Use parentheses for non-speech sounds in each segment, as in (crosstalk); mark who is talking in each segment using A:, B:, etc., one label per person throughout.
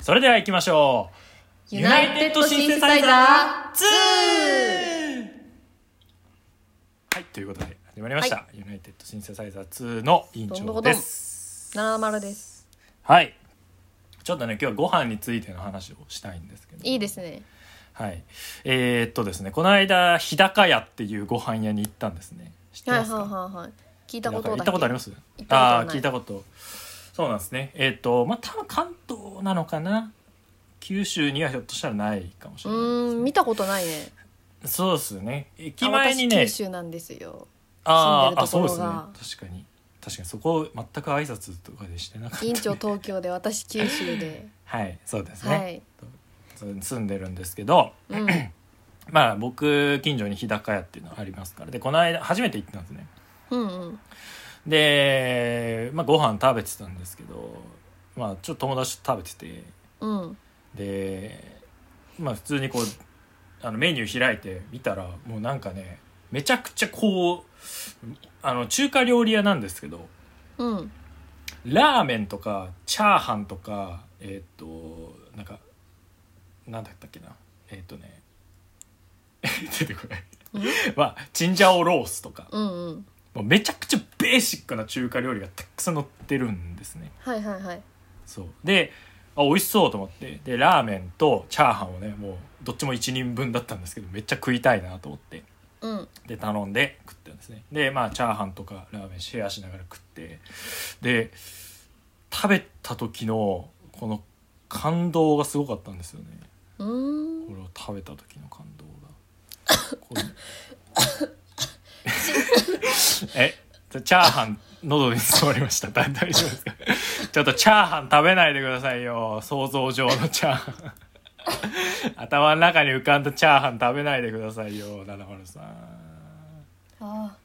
A: それでは行きましょう。
B: ユナイテッドシンセサイザー
A: ー 2! はい、ということで始まりました。
B: は
A: ユナイテッドシンセサイザー2の委員
B: どんど
A: 長
B: こどん
A: です。
B: 70です
A: はい。ちょっとね、今日はご飯についての話をしたいんですけど。
B: いいですね
A: はい。えー、っとですね、この間、日高屋っていうご飯屋に行ったんですね。知って
B: はいは
A: ます
B: い
A: か、
B: はいはい聞いた
A: な
B: こ
A: んか行った
B: とだけ
A: ことあります
B: 行ったことは
A: あ
B: ない
A: あー聞いたことそうなんですねえっ、とまあ多分関東なのかな九州にはひょっとしたらないかもし
B: う
A: れない
B: ーん見たことないね
A: ですそうですよね駅
B: あ
A: 前に
B: 私
A: ね
B: 九州なんですよ
A: あーあ
B: 住
A: そう
B: んで
A: で
B: ると
A: すね確か
B: ころが
A: に確かにそこ全く挨拶とかでしてなかった
B: 委員長東京で私九州で
A: はいそうですね、
B: はい
A: 住んでるんですけど
B: うん
A: まあ僕近所に日高屋っていうのありますからでこの間初めて行ったんですね
B: うんうん
A: で、まあ、ご飯食べてたんですけどまあちょっと友達と食べてて
B: うん
A: でまあ普通にこうあのメニュー開いて見たらもうなんかねめちゃくちゃこうあの中華料理屋なんですけど
B: うん
A: ラーメンとかチャーハンとかえっ、となんかなんだったっけなえっ、とね (laughs) 出てこないはチンジャオロースとか
B: うんうん
A: もうめちゃくちゃベーシックな中華料理がたくさん載ってるんですね
B: はいはいはい
A: そうであ美味しそうと思ってでラーメンとチャーハンをねもうどっちも1人分だったんですけどめっちゃ食いたいなと思って
B: うん
A: で頼んで食ったんですねでまあチャーハンとかラーメンシェアしながら食ってで食べた時のこの感動がすごかったんですよね
B: うーん
A: これを食べた時の感動がこうえチャーハン喉に詰まりました大大丈夫ですかちょっとチャーハン食べないでくださいよ想像上のチャーハン頭の中に浮かんだチャーハン食べないでくださいよ七丸さん
B: ああ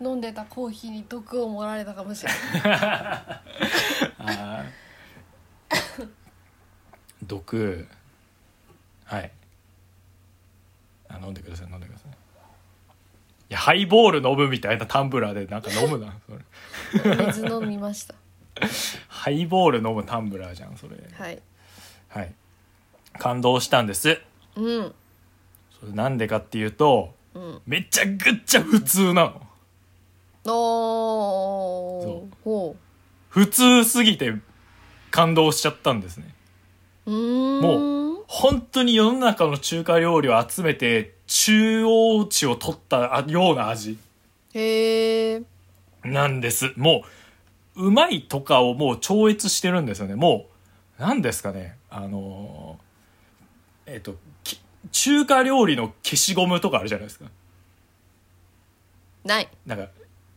B: 飲んでたコーヒーに毒を盛られたかもしれない
A: あー毒はいあ飲んでください飲んでくださいいやハイボール飲むみたいなタンブラーでなんか飲むなそれ
B: 水飲みました
A: ハイボール飲むタンブラーじゃんそれ
B: はい
A: はい感動したんです
B: うん
A: それなんでかっていうと
B: うん
A: めちゃくちゃ普通なの
B: お
A: そ
B: ーほ
A: 普通すぎて感動しちゃったんですね
B: ううーん
A: も本当に世の中の中華料理を集めて中央値を取ったような味
B: へえ
A: なんですもううまいとかをもう超越してるんですよねもう何ですかねあのーえっ、とき中華料理の消しゴムとかあるじゃないですか
B: ない
A: なんか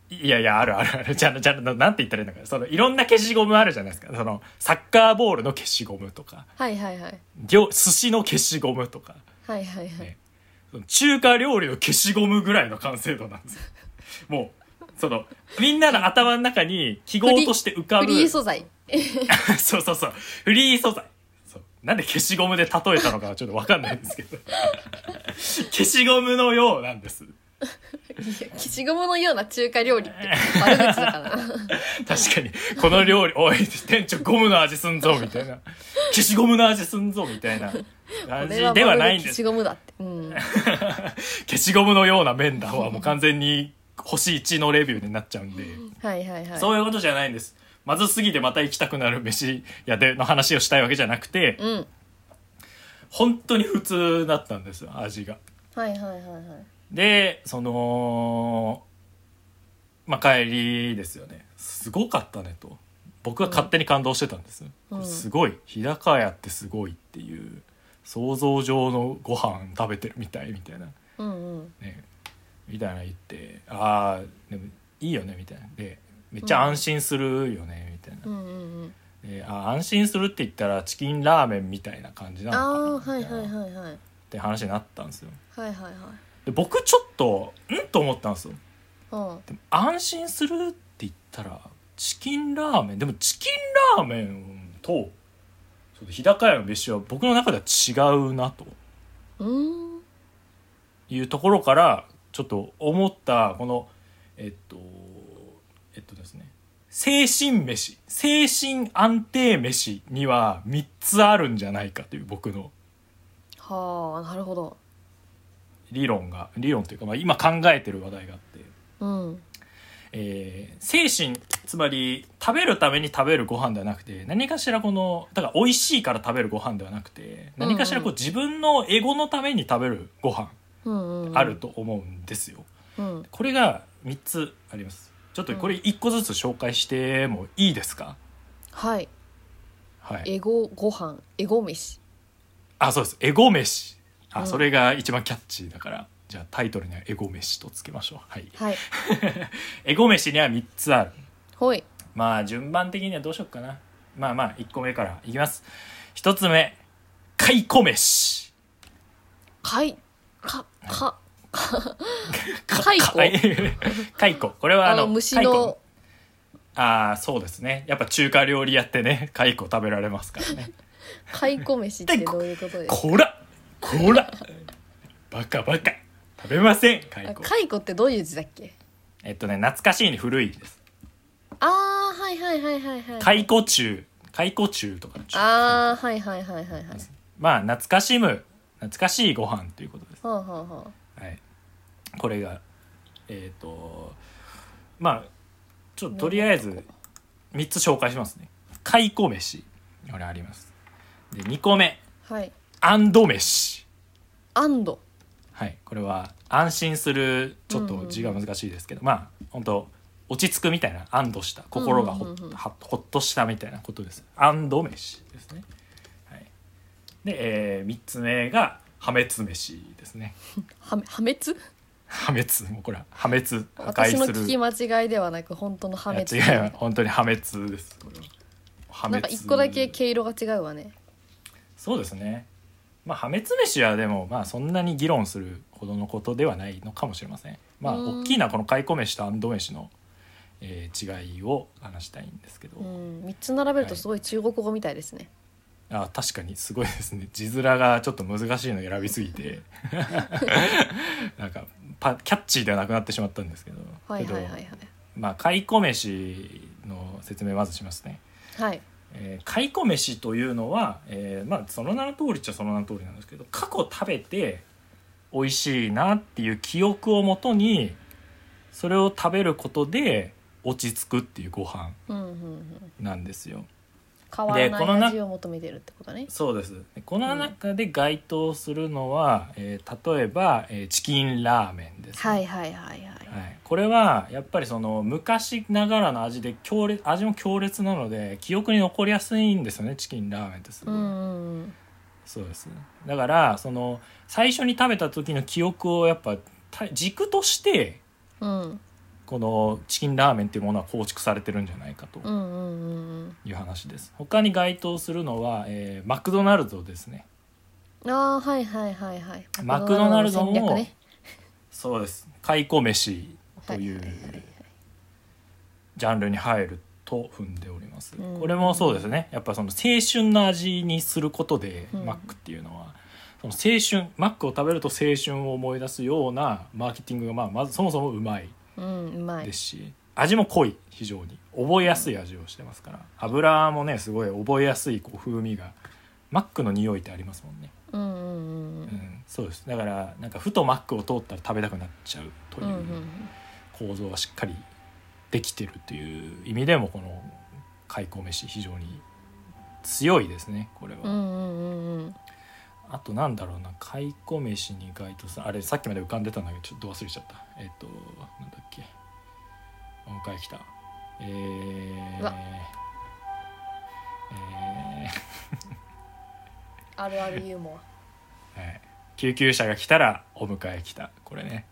A: いやいやあるあるある (laughs) じゃあじゃあななんて言ったらいいのかなそのいろんな消しゴムあるじゃないですかそのサッカーボールの消しゴムとか
B: はいはいはい
A: りょ寿司の消しゴムとか
B: はいはいは
A: ね
B: い
A: 中華料理の消しゴムぐらいの完成度なんですよもうそのみんなの頭の中に記号として浮かぶ
B: フリー素材
A: (laughs) そうそうそうフリー素材そうなんで消しゴムで例えたのかはちょっと分かんないんですけど (laughs) 消しゴムのようなんです
B: 消しゴムのような中華料理って悪口だから (laughs)
A: 確かにこの料理おい店長ゴムの味すんぞみたいな消しゴムの味すんぞみたいな感じ
B: 俺は
A: ではないんで
B: 消
A: す
B: しゴムだってうん
A: 消しゴムのような麺だはもう完全に星1のレビューになっちゃうんで。
B: はいはいはい
A: そういうことじゃないんです。まずすぎてまた行きたくなる飯屋での話をしたいわけじゃなくて、
B: うん
A: 本当に普通だったんですよ、味が。
B: はいはいはいはい
A: で、その、まあ、帰りですよね。すごかったねと。僕は勝手に感動してたんです。
B: うん
A: すごい。日高屋ってすごいっていう、想像上のご飯食べてるみたいみたいな。
B: うんうん
A: ね、みたいな言って「ああでもいいよね」みたいなでめっちゃ安心するよね、みたいな
B: う、んうんうん
A: であ安心するって言ったらチキンラーメンみたいな感じな
B: ああ
A: のかな
B: はい
A: みた
B: は
A: なっ
B: いいはいはい
A: て話になったんですよ
B: はいはいはい
A: で僕ちょっとうんと思ったんですよ
B: うん
A: でも安心するって言ったらチキンラーメンでもチキンラーメンとその日高屋の飯は僕の中では違うなと
B: うん
A: いうところからちょっと思ったこのえっとえっとですね精神飯精神安定飯には3つあるんじゃないかという僕の
B: はあなるほど
A: 理論が理論というか、まあ、今考えてる話題があって、
B: うん
A: えー精神つまり食べるために食べるご飯ではなくて何かしらこのだから美味しいから食べるご飯ではなくて何かしらこう自分のエゴのために食べるご飯
B: うんうん
A: あると思うんですよ。
B: うん
A: これが3つありますちょっとこれ1個ずつ紹介してもいいですか、
B: はい
A: はい、
B: エゴご飯エゴ飯
A: あそうですエゴ飯あ、
B: うん
A: それが一番キャッチーだからじゃあタイトルにはエゴ飯とつけましょうはい
B: はい
A: エゴ飯には3つある
B: ほい
A: まあ順番的にはどうしようかなまあまあ1個目からいきます1つ目蚕飯
B: かいかか
A: か
B: 蚕
A: か (laughs) えへへ蚕これは
B: あ
A: あの
B: の虫
A: 蚕
B: の
A: ああそうですねやっぱ中華料理屋ってね蚕食べられますからね
B: 蚕飯ってどういうこと (laughs) ですか
A: こらこらバカバカ食べません
B: あ
A: 蚕
B: 蚕ってどういう字だっけ
A: えっとね懐かしいに古いです
B: あーはいはいはいはいはい
A: 蚕中蚕中とかの中
B: あーはいはいはいはいはい
A: まあ懐かしむ懐かしいご飯ということです、
B: はあはあはあ
A: はい、これがえっ、とまあちょっととりあえず3つ紹介しますね蚕飯これありますで2個目
B: はい。
A: アンド飯
B: アンド。
A: はい、これは安心するちょっ
B: うん
A: と
B: うん
A: 字が難しいですけど、まあ本当落ち着くみたいな安堵した心がほ,、
B: うんうんうんうん
A: はほっとしたみたいなことです安堵飯ですね、はい、で、え3つ目が破滅飯ですね
B: は破滅
A: 破滅もうこれは破滅破壊
B: 私の
A: する
B: 聞き間違いではなく本当の破滅
A: いや違う本当に破滅ですこれは破
B: なんか一個だけ毛色が違うわね
A: そうですねまあ破滅飯はでもまあそんなに議論するほどのことではないのかもしれませんまあ
B: うん
A: 大きいのはこの蚕飯と安堵飯の、えー違いを話したいんですけど、
B: うん3つ並べるとすごい中国語みたいですね、
A: あ確かにすごいですね字面がちょっと難しいの選びすぎ
B: (laughs)
A: てなんかパキャッチーではなくなってしまったんですけど、
B: はい、はいはいは
A: け
B: い
A: どまあ蚕飯の説明まずしますね
B: はいはい
A: えー蚕飯というのは、えーまあ、その名の通りっちゃその名の通りなんですけど過去食べて美味しいなっていう記憶をもとにそれを食べることで落ち着くっていうご飯
B: うんうんうん
A: なんですよ。
B: 変わら
A: でこの
B: ない
A: な
B: 味を求めてるってことね
A: そうですこの中で該当するのは、えー例えば、えーチキンラーメンですね、
B: はいはいはいはい
A: はい、これはやっぱりその昔ながらの味で強烈味も強烈なので記憶に残りやすいんですよねチキンラーメンってす
B: う
A: ごい。
B: んうん
A: そうですねだからその最初に食べた時の記憶をやっぱた軸として
B: うんうん
A: このチキンラーメンっていうものは構築されてるんじゃないかと
B: うんうんうん
A: いう話です他に該当するのは、えーマクドナルドですね
B: うんああはいはいはいはい
A: マクドナルドも
B: マクの戦略ね
A: そうです蚕飯という
B: はいはいはいはい
A: ジャンルに入ると踏んでおります、
B: うん
A: これもそうですねやっぱその青春の味にすることで、
B: うん
A: マックっていうのはその青春マックを食べると青春を思い出すようなマーケティングが、まあ、まずそもそもうまい
B: うんうまい
A: ですし、味も濃い非常に覚えやすい味をしてますから油もねすごい覚えやすいこう風味がマックの匂いってありますもんね、
B: うんうんうんう
A: うんん、そうですだからなんかふとマックを通ったら食べたくなっちゃうという
B: うんうん
A: 構造がしっかりできてるという意味でもこの蚕飯非常に強いですねこれは、
B: うんうんうんうん
A: あとなんだろうな蚕飯に該当するあれさっきまで浮かんでたんだけどちょっと忘れちゃったえっ、となんだっけもう一回来たえー、
B: うわ
A: え
B: あるあるユーモ
A: ーはい、救急車が来たらお迎え来たこれね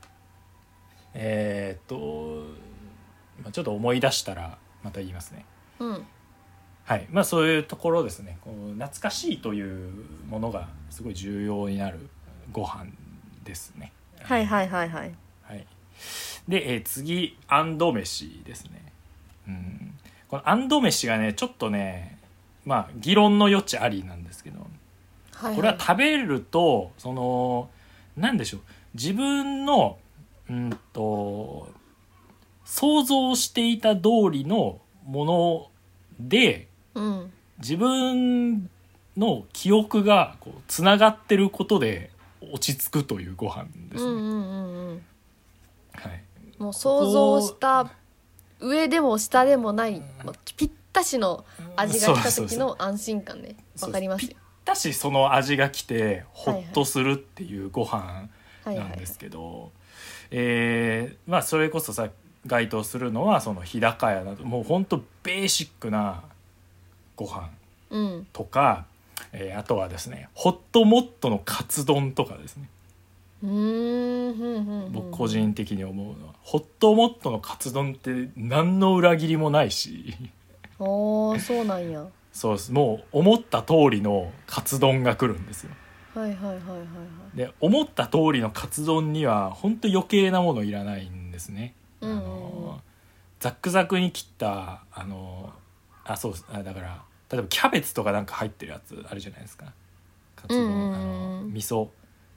A: えー、っとまあちょっと思い出したらまた言いますね
B: アうん
A: はいまあ、そういうところですねこう懐かしいというものがすごい重要になるご飯ですね
B: はいはいはいはい
A: はい、で、えー次「安堵飯」ですねうんこの安堵飯がねちょっとねまあ議論の余地ありなんですけど
B: はいい
A: これは食べるとそのなんでしょう自分のうんと想像していた通りのもので
B: うん
A: 自分の記憶がこうつながってることで落ち着くというご飯で
B: うん
A: す
B: う
A: ね。
B: んうんうん
A: はい、
B: もう想像した上でも下でもないもうぴったしの味が来
A: そ
B: た
A: うそう
B: 時
A: そ
B: の安心感ね
A: そう
B: わかりますよ
A: ぴったしその味が来てほっとするっていうご飯
B: はいは
A: ないん
B: は
A: で
B: い
A: すけど、えーまあそれこそさ該当するのはその日高屋などもうほんとベーシックなご飯
B: うん
A: とか、えーあとはですねホットモットのカツ丼とかですね
B: うーんふんふんふん
A: 僕個人的に思うのは、ホットモットのカツ丼って何の裏切りもないし
B: おーそうなんや
A: そうですもう思った通りのカツ丼が来るんですよ
B: はいはいはいはいはい
A: で思った通りのカツ丼には本当余計なものいらないんですね、
B: うんうん
A: あのザックザクに切ったあのあそうですあだから例えばキャベツとかなんか入ってるやつあるじゃないですかカツ丼、
B: うんうんうん
A: あの味噌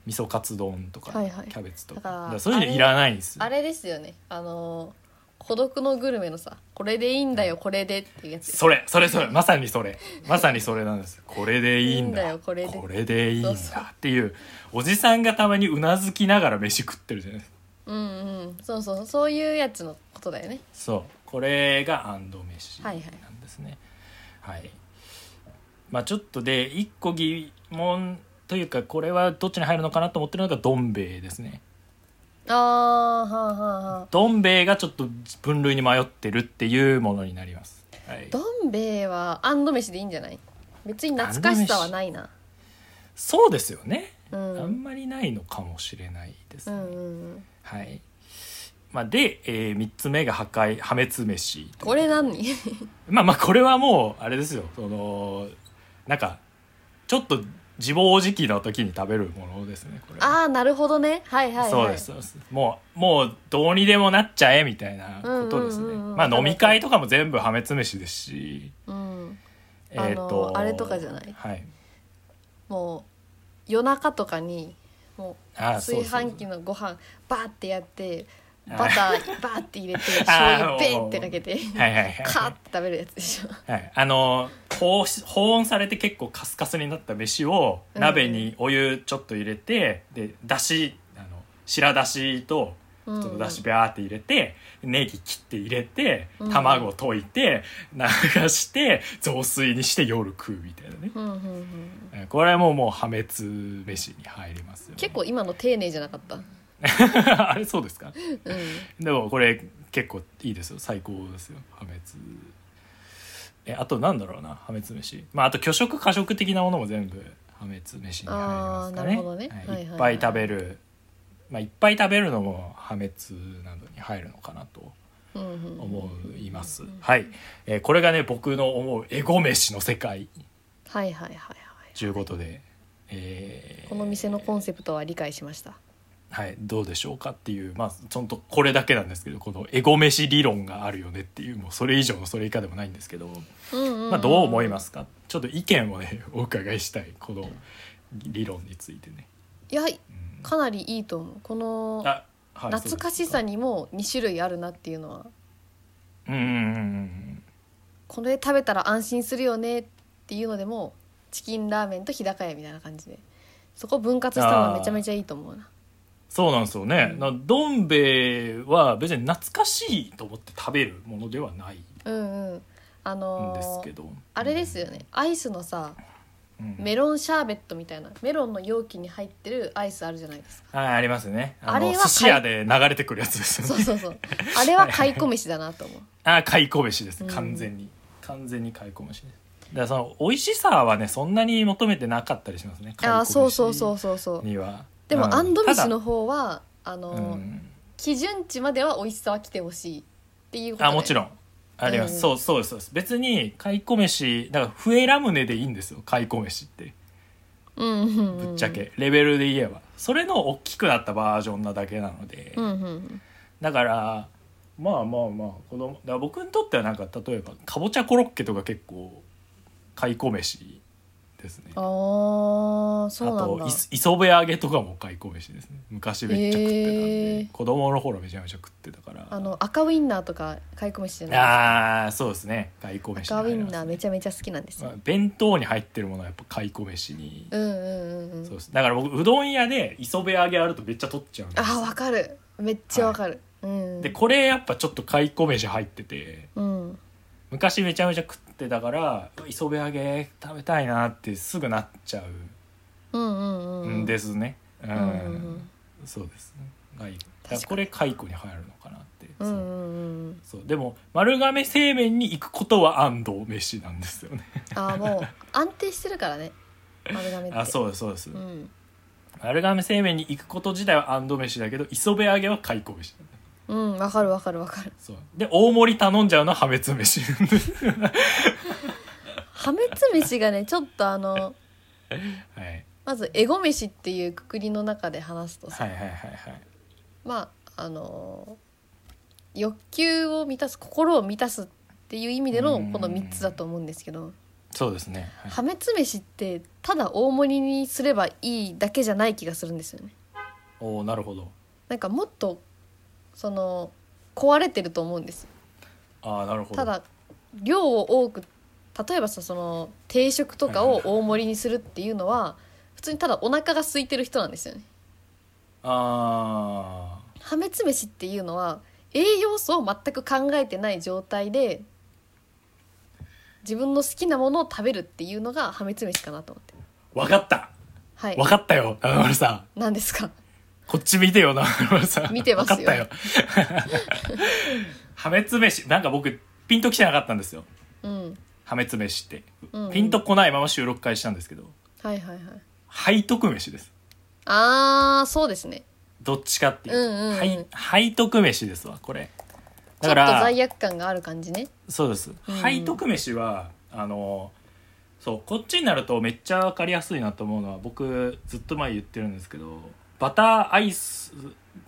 A: 味噌カツ丼とか、
B: はいはい
A: キャベツとか
B: だから
A: だからそういうのいらないんですよ
B: あれですよねあのー孤独のグルメのさこれでいいんだよこれでっていうやつ
A: それそれそれまさにそれまさにそれなんですこれでいいんだ
B: いいんだよこれで
A: でいいんだ
B: そ
A: っ
B: うそう
A: ていうおじさんがたまにうなずきながら飯食ってるじゃないですか
B: うんうんそうそうそういうやつのことだよね
A: そうこれがアンド飯な
B: はいはい
A: んですねはい、まあちょっとで一個疑問というかこれはどっちに入るのかなと思ってるのがどん兵衛ですね
B: あーはあはあはあ
A: どん兵衛がちょっと分類に迷ってるっていうものになります、はい、
B: どん兵衛はアンド飯でいいんじゃない別に懐かしさはないな
A: そうですよね、
B: うん
A: あんまりないのかもしれないです
B: う
A: ね、
B: んうんうん
A: はい、まあ、で、え3つ目が破壊破滅飯
B: これ何
A: まあまあこれはもうあれですよそのなんかちょっと自暴自棄の時に食べるものですねこれは
B: ああなるほどねはいはい、はい、
A: そうですそうですもうもうどうにでもなっちゃえみたいなことですね、
B: うんうんうんうん
A: まあ飲み会とかも全部破滅飯ですし
B: うん
A: えーと
B: あれとかじゃない
A: はい
B: もう夜中とかにもう
A: あー
B: 炊飯器のご飯バーってやってバターバーって入れて
A: (laughs) あー
B: 醤油ベンってかけて
A: はいはいはい
B: (laughs) カーって食べるやつ
A: (laughs)
B: でしょ
A: はい、あの保温し保温されて結構カスカスになった飯を
B: うん
A: 鍋にお湯ちょっと入れて、でだしあの白だしとちょっとだしビャーって入れて、ネギ切って入れて
B: うん
A: 卵溶いて流して雑炊にして夜食うみたいなね、
B: うんうんうん
A: えーこれはもうもう破滅飯に入りますよ、ね、
B: 結構今の丁寧じゃなかった、うん、
A: (laughs) あれそうですかでもこれ結構いいですよ最高ですよ破滅えあとなんだろうな破滅飯まああと虚食過食的なものも全部破滅飯に入りますか
B: あーな
A: ね
B: るほどね
A: はい
B: はいはいいはい
A: っぱい食べるまあいっぱい食べるのも破滅などに入るのかなと
B: うんう
A: (laughs)
B: ん
A: 思いますはい、えーこれがね僕の思うエゴ飯の世界
B: はいはいはいはい
A: ということで、えー
B: この店のコンセプトは理解しました
A: はい、どうでしょうかっていうまあちょっとこれだけなんですけどこのエゴ飯理論があるよねっていうもうそれ以上のそれ以下でもないんですけど、
B: うんうんん
A: まあ、どう思いますかちょっと意見をねお伺いしたいこの理論についてね。
B: いや
A: うん
B: かなりいいと思うこの
A: あはい
B: 懐かしさにも2種類あるなっていうの
A: そう
B: は
A: ですかうんうんうんうん
B: これ食べたら安心するよねっていうのでもチキンラーメンと日高屋みたいな感じでそこ分割したのはめちゃめちゃいいと思うな
A: そうなんですよね、などん兵衛は別に懐かしいと思って食べるものではないん
B: うんうんあのー
A: ですけど
B: あれですよねアイスのさ
A: うん
B: メロンシャーベットみたいなメロンの容器に入ってるアイスあるじゃないですか
A: はいありますねあ
B: あれ
A: の
B: は
A: 寿司屋で流れてくるやつですよね
B: そうそ
A: (laughs)
B: うそうあれは買い込飯だなと思う
A: あ蚕飯です
B: うん
A: 完全に、完全に蚕飯ですだからその美味しさはねそんなに求めてなかったりしますね
B: ああそうそうそう
A: う
B: そうそう
A: には
B: でも、
A: うん
B: アンド飯の
A: た
B: 方はあの
A: だ
B: ー、
A: うん
B: 基準値までは美味しさは来てほしいっていうこと
A: あもちろ
B: ん
A: んあります、
B: うん
A: そうそうですそうです別に蚕飯だから笛ラムネでいいんですよ蚕飯って
B: うんうんうん
A: ぶっちゃけレベルで言えばそれの大きくなったバージョンなだけなので、
B: うんうんうん
A: だからまあまあまあ子供だから僕にとってはなんか例えばかぼちゃコロッケとか結構蚕飯ですね
B: あああそう
A: あ
B: なん
A: と
B: だ
A: い磯辺揚げとかも開口飯ですね昔めっちゃ食ってたんで、
B: へー
A: 子供の頃めちゃめちゃ食ってたから
B: あの赤ウインナーとか買い込みしじゃない
A: あーそうですね開口
B: です
A: 飯
B: か
A: に
B: 赤ウイ
A: 入り
B: ン
A: ます
B: ナーめちゃめちゃ好きなんです
A: まあ
B: よ、
A: 弁当に入ってるものはやっぱ開口飯に、
B: うんうんうんう
A: そうんですだから僕うどん屋で磯辺揚げあるとめっちゃ取っちゃうんです
B: あーわかるめっちゃわかる、うん
A: でこれやっぱちょっと開口飯入ってて
B: うん
A: 昔めちゃめちゃ食ってたから磯辺揚げ食べたいなってすぐなっちゃ
B: うんうん
A: う
B: うんん
A: ですすねうん、
B: うんうん
A: そうですねはいだか
B: 確からに
A: これ解雇に入るのかなって、
B: うんう
A: そうん
B: うん
A: そうでも丸亀製麺に行くことは安藤飯なんですよね
B: あーもう
A: (laughs)
B: 安定してるからね丸亀って
A: あ
B: う、
A: そうですそうです、
B: うん、
A: 丸亀製麺に行くこと自体は安藤飯だけど磯辺揚げは解雇飯
B: うん、わかるわかるわかる (laughs)
A: そうで大盛り頼んじゃうのは破滅飯
B: 破滅飯がねちょっとあの
A: (laughs) はい
B: まずエゴ飯っていうくくりの中で話すとさ、
A: はいはいはいはい
B: まああのー欲求を満たす心を満たすっていう意味での
A: うん
B: この3つだと思うんですけど
A: そうですね、はい
B: 破滅飯ってただ大盛りにすればいいだけじゃない気がするんですよね。
A: おおなるほど
B: なんかもっとその壊れてると思うんですよ
A: ああなるほど
B: ただ量を多く例えばさその定食とかを大盛りにするっていうのは普通にただお腹が空いてる人なんですよね。
A: あ
B: 破滅飯っていうのは栄養素を全く考えてない状態で自分の好きなものを食べるっていうのが破滅飯かなと思って
A: あわかった
B: はい
A: わかったよ中丸さん
B: 何ですか
A: こっち見てよな、丸さん。
B: 見てますよ
A: 分かった
B: (laughs)
A: よ。 (laughs) 破滅飯、なんか僕、ピンときてなかったんですよ。
B: うん
A: 破滅飯って。
B: うんうん
A: ピンとこないまま収録開始したんですけど、
B: はいはいはい
A: 背徳飯です。
B: あーそうですね
A: どっちかっていうと。
B: うんうんうん
A: はい背徳飯ですわ、これ。
B: ち
A: だ
B: ょっと
A: から、
B: 罪悪感がある感じね
A: そうです。
B: うん
A: 背徳飯は、あの、そう、こっちになるとめっちゃ分かりやすいなと思うのは、僕、ずっと前言ってるんですけど、バターアイス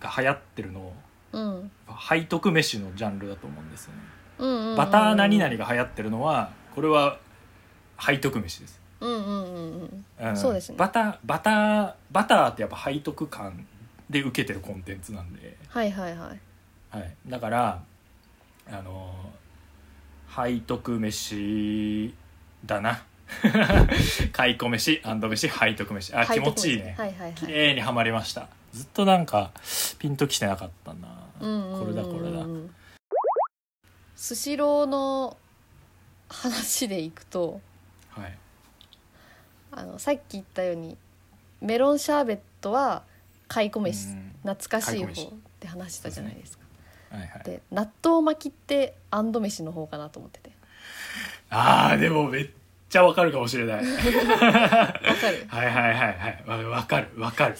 A: が流行ってるの、
B: うん
A: 背徳飯のジャンルだと思うんですよね。
B: うんうんうんうん
A: バター何々が流行ってるのはこれは背徳飯です、
B: うんうんうんうん
A: ん
B: そうですね
A: バターバターバターってやっぱ背徳感で受けてるコンテンツなんで、
B: はいはいはい
A: はい、だからあの背徳飯だな (laughs) 解雇飯アンド飯背徳飯あ
B: 背
A: 気持
B: 徳飯
A: ちいいね
B: はいはい
A: 綺
B: はい
A: 麗にはまりましたずっとなんかピンときてなかったな、
B: うんうん
A: こ
B: う
A: れ
B: ん
A: だ
B: うん
A: これだ
B: スシローの話でいくと
A: はい
B: あのさっき言ったようにメロンシャーベットは蚕飯
A: うん
B: 懐かしい
A: 蚕
B: 方
A: 飯
B: って話したじゃないですか
A: はいはい
B: で納豆巻きってアンド飯の方かなと思ってて
A: あーでもめっちゃわかるかもしれないはい
B: わかる
A: はいはいはいわわかるわかる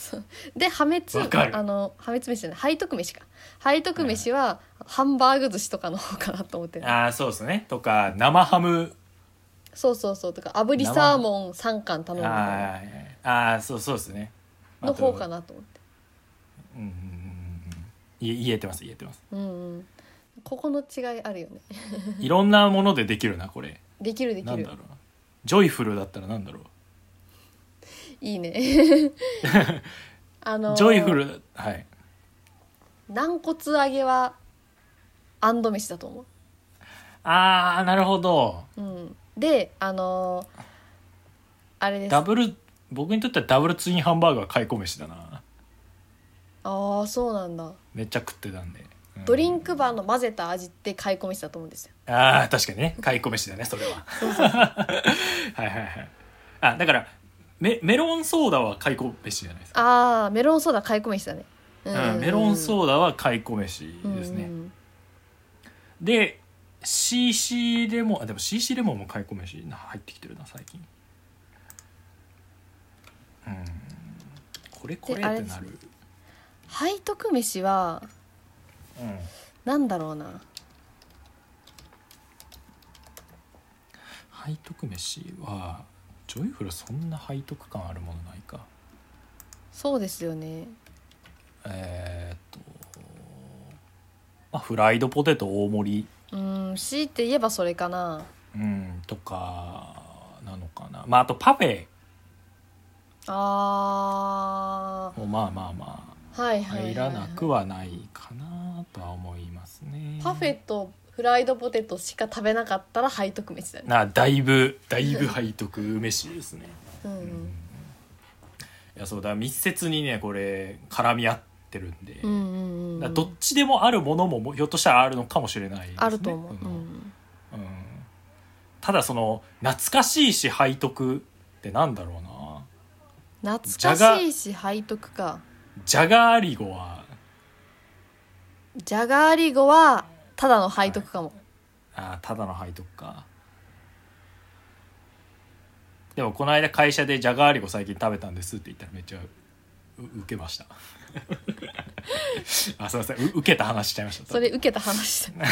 B: で破滅
A: わかる
B: あの破滅飯じゃない背徳飯か背徳飯はハンバーグ寿司とかの方かなと思ってて
A: ああそうですねとか生ハム
B: そうそうそうとか炙りサーモン3貫頼むみたいな
A: あーあーそうそうですね
B: の方か
A: な
B: なと思って
A: うんうんうんうんい言えてます言えてます
B: うんうんここの違いあるよね
A: いろんなものでできるなこれ
B: できるで
A: な
B: き
A: ん
B: る
A: だろうなジョイフルだったらなんだろう
B: いい
A: (laughs)
B: ね (laughs) あのー
A: ジョイフルだはい
B: 軟骨揚げはアンド飯だと思
A: ああなるほど
B: う、うん、であのーあれです
A: ダ
B: あ
A: ブル僕にとってはダブルツインハンバーグは買い込めしだな
B: あそうなんだ
A: めっちゃ食ってたんで、うん
B: ドリンクバーの混ぜた味って買い込みしたと思うんですよ
A: ああ確かにね買い込めしだねそれは
B: (laughs) そうそ
A: (laughs)
B: うそう
A: はいはいはいあだからメメロンソーダは蚕飯じゃないですか、
B: ああメロンソーダ買い込みしたねう
A: うんメロン
B: ー
A: ソーダは蚕飯ですね、で CC レモンあでも CC レモンも蚕飯な入ってきてるな最近うんこれこれ
B: であ
A: っ
B: れ
A: て
B: です
A: なる、
B: 背徳飯は
A: うん
B: なんだろうな
A: 背徳飯はジョイフルそんな背徳感あるものないか
B: そうですよね
A: えー、っとまあフライドポテト大盛り
B: うん強いて言えばそれかな
A: うん、とかなのかなまああとパフェ
B: あ
A: もうまあまあま
B: ーはい
A: あ
B: はいはい、はい、
A: 入らなくはないかなとは思いますね
B: パフェとフライドポテトしか食べなかったら背徳飯だね
A: なだいぶだいぶ背徳飯ですね
B: うん、
A: いやそうだ密接にねこれ絡み合ってるんで、
B: うん、うんうんうん
A: だからどっちでもあるものももひょっとしたらあるのかもしれないですね、
B: あると思う、
A: その
B: うん
A: うんただその懐かしいし背徳ってなんだろうな
B: 懐かしいし背徳か
A: ジャガーリゴは
B: じゃがりごはただの背徳かも、
A: あーただの背徳かでもこの間会社でジャガーリゴ最近食べたんですって言ったらめっちゃう受けました
B: (laughs)
A: あすいませんう受けた話しちゃいました
B: それ受けた話だ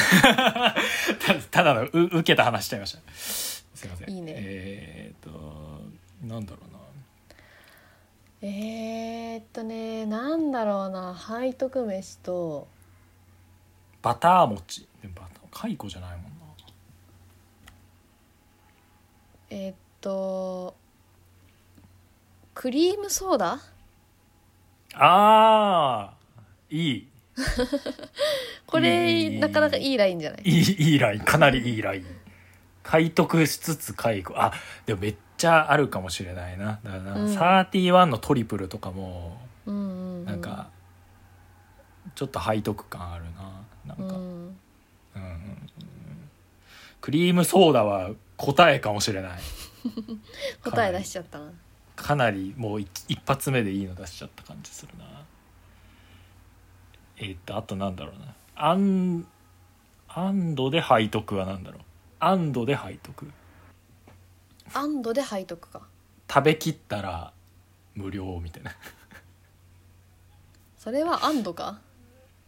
A: たただのう受けた話しちゃいましたすいません
B: いいね
A: えーっとなんだろうな
B: (laughs) えーっとねなんだろうな背徳飯と
A: バター餅でもバター蚕じゃないもんな
B: えーっとクリームソーダ
A: あーいい
B: こ
A: い
B: れ
A: い
B: なかなかいいラインじゃない
A: いいいいラインかなりいいライン解得しつつ解雇あでもめっちゃあるかもしれないなだからな、
B: うん
A: 31のトリプルとかも
B: うんうんうん
A: なんか、ちょっと背徳感あるななんか、うんう
B: うん
A: んうんクリームソーダは答えかもしれない
B: 答え出しちゃったな
A: かなりもう一一発目でいいの出しちゃった感じするなえーっとあとなんだろうな安安堵で背徳はなんだろう安堵で背徳
B: 安堵で背徳か
A: 食べきったら無料みたいな
B: それは安堵か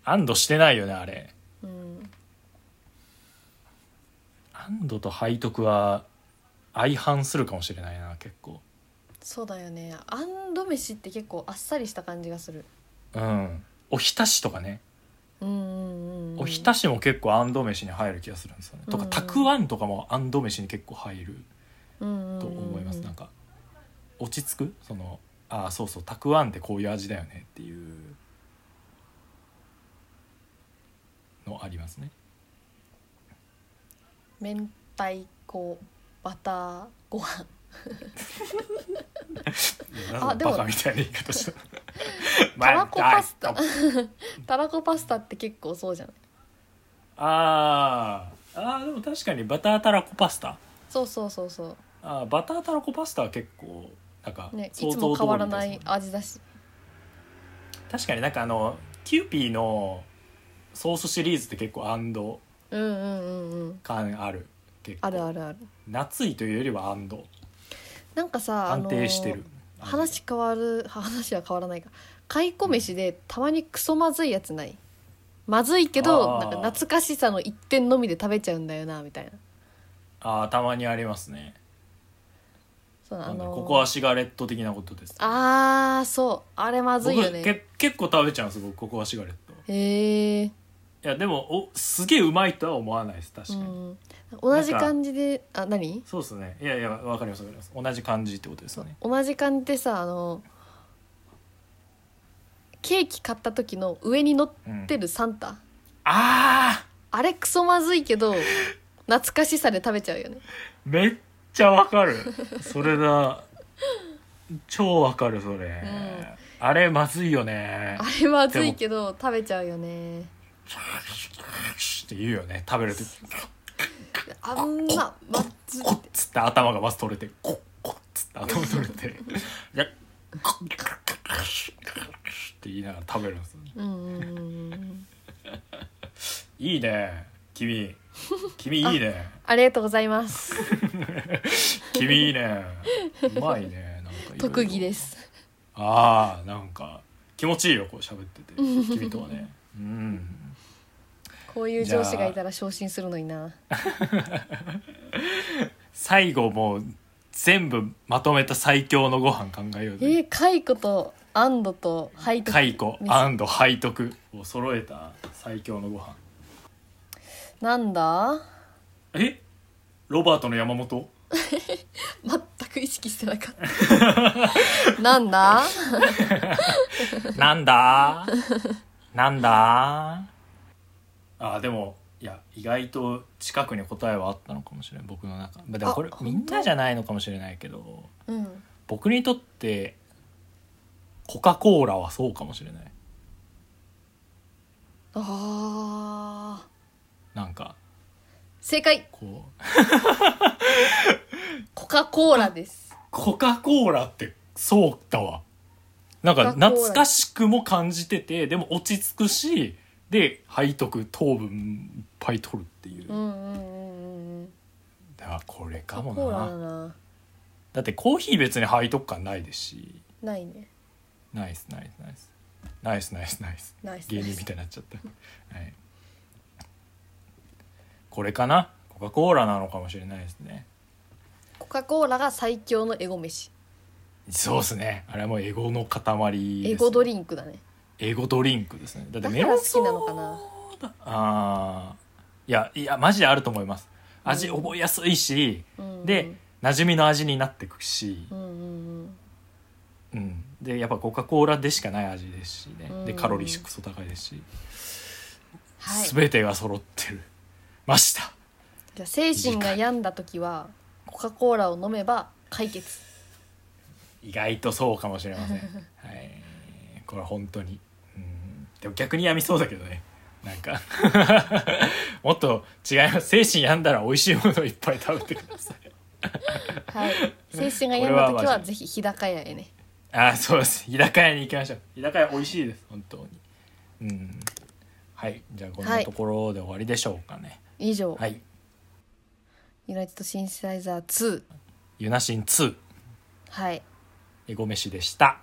A: 安堵してないよねあれ
B: うん
A: 安堵と背徳は相反するかもしれないな結構
B: そうだよね安堵飯って結構あっさりした感じがする
A: うんおひたしとかね、
B: うんうんうんうん
A: おひたしも結構安堵飯に入る気がするんですよね、とか
B: うん
A: たくあんとかも安堵飯に結構入る
B: と
A: と思います、なん
B: か
A: か落ち着くそのああそうそうたくあんってこういう味だよねっていうのありますね
B: 明太子バターご飯 (laughs)
A: いやなんか
B: でも
A: バカみたいな言い方
B: (laughs)
A: した
B: たらこパスタたらこパスタって結構そうじゃない
A: あーあーでも確かにバターたらこパスタ
B: そうそうそうそ
A: あーバターたらこパスタは結構なんか
B: うねい
A: 想
B: つ
A: 像
B: も
A: 通
B: 変
A: り
B: わ
A: で
B: ら
A: す
B: な
A: もんね
B: い味だし
A: 確かになんかあのキューピーのソースシリーズって結構安堵
B: うんうんうんうん
A: 感ある結構
B: あるあるある
A: 夏いというよりは安堵
B: なんかさ
A: 安定してる、
B: あのー話変わる話は変わらないか蚕飯でたまにクソまずいやつないまずいけど
A: あ
B: な
A: ー
B: んか懐かしさの一点のみで食べちゃうんだよなみたいな
A: ああたまにありますね、
B: そう
A: あ
B: あ
A: の
B: のー
A: ココアシガレット的なことです
B: あーそうあれまずいよ
A: 僕
B: ね
A: け結構食べちゃうんです僕ココアシガレット
B: へえ
A: いやでもおすげえうまいとは思わないです確かに、
B: うん、同じ感じであ何
A: そうですねいやいやわかりますわかります同じ感じってことです
B: そ
A: よ
B: う
A: ね
B: 同じ感じでさあのケーキ買った時の上に乗ってるサンタ、
A: あ
B: あれクソまずい
A: (laughs)
B: けど懐かしさで食べちゃうよね
A: ーめっちゃわかるそれだ超わかるそれ、
B: ん
A: あれまずいよね
B: あれまずいけど食べちゃうよね
A: って言うよね食べると
B: あんままずい
A: コッつって頭がまず取れてコッコッつって頭取れてでコッコッコッコッって言いながら食べるんですよ
B: うんうんうんうん
A: いいね君君いいね
B: ありがとうございます
A: 君いいねうまいねなんか色々
B: 特技です
A: ああなんか気持ちいいよこう喋って
B: (laughs)
A: て君とはねうん
B: こういう上司がいたら昇進するのにな
A: 最後もう全部まとめた最強のご飯考えよう
B: え
A: ぜ
B: ー、カイコとアンドとハイト
A: 解雇背徳を揃えた最強のご飯
B: なんだ
A: えロバートの山本
B: 全く意識してな
A: (laughs)
B: かった。なんだ
A: なん
B: (laughs)
A: だなんだあーでもいや意外と近くに答えはあったのかもしれない僕の中まあでもこれ
B: あ
A: みんなじゃないのかもしれないけど
B: うん。
A: 僕にとってコカ・コーラはそうかもしれない
B: ああ。
A: なんか
B: 正解
A: こう
B: コカ・コーラです。
A: コカ・コーラってそうだわなんか
B: コカコーラ
A: 懐かしくも感じててでも落ち着くしで背徳糖分いっぱい取るっていう、
B: うんうんうんうん。
A: だからこれ
B: コ
A: か
B: カ・
A: も
B: コーラだ
A: な
B: な。
A: だってコーヒー別に背徳感ないですし
B: ないね。
A: ナイスナイスナイスナイスナイスナイス
B: ナイス
A: 芸人みたいになっち
B: (laughs)
A: ゃった、はい、これかなコカ・コーラなのかもしれないですね
B: コカ・コーラが最強のエゴ飯。
A: そうですねあれはもうエゴの塊です、ね、
B: エゴドリンクだね。
A: エゴドリンクですねだって
B: だか
A: メ
B: ら
A: ロン
B: 好
A: ソ
B: き
A: ー
B: なのかな。
A: ダあーいやいやマジであると思います味
B: うん
A: 覚えやすいし、
B: うんうん
A: で馴染みの味になってくし
B: う、んうん
A: うん、でやっぱコカ・コーラでしかない味ですしねで
B: うん
A: カロリークソ高いですし、
B: はい。じ
A: 全てが揃ってるました
B: ゃあ精神が病んだ時はコカコーラを飲めば解決。
A: 意外とそうかもしれ (laughs) ませんはいこれは本当にうんでも逆に病みそうだけどねなんか (laughs) もっと違います精神病んだら美味しいものをいっぱい食べてください (laughs)
B: はい。精神が病んだ
A: こ
B: 時
A: れは
B: は
A: マジ
B: ぜひ日高屋へね。
A: あーそうです日高屋に行きましょう日高屋美味しいです本当にうんはいじゃあこんなところで終わりでしょうかね
B: 以上、
A: はい、
B: ユナイテッドシンセサイザー2。
A: ユナシン2
B: はい。
A: エゴ飯でした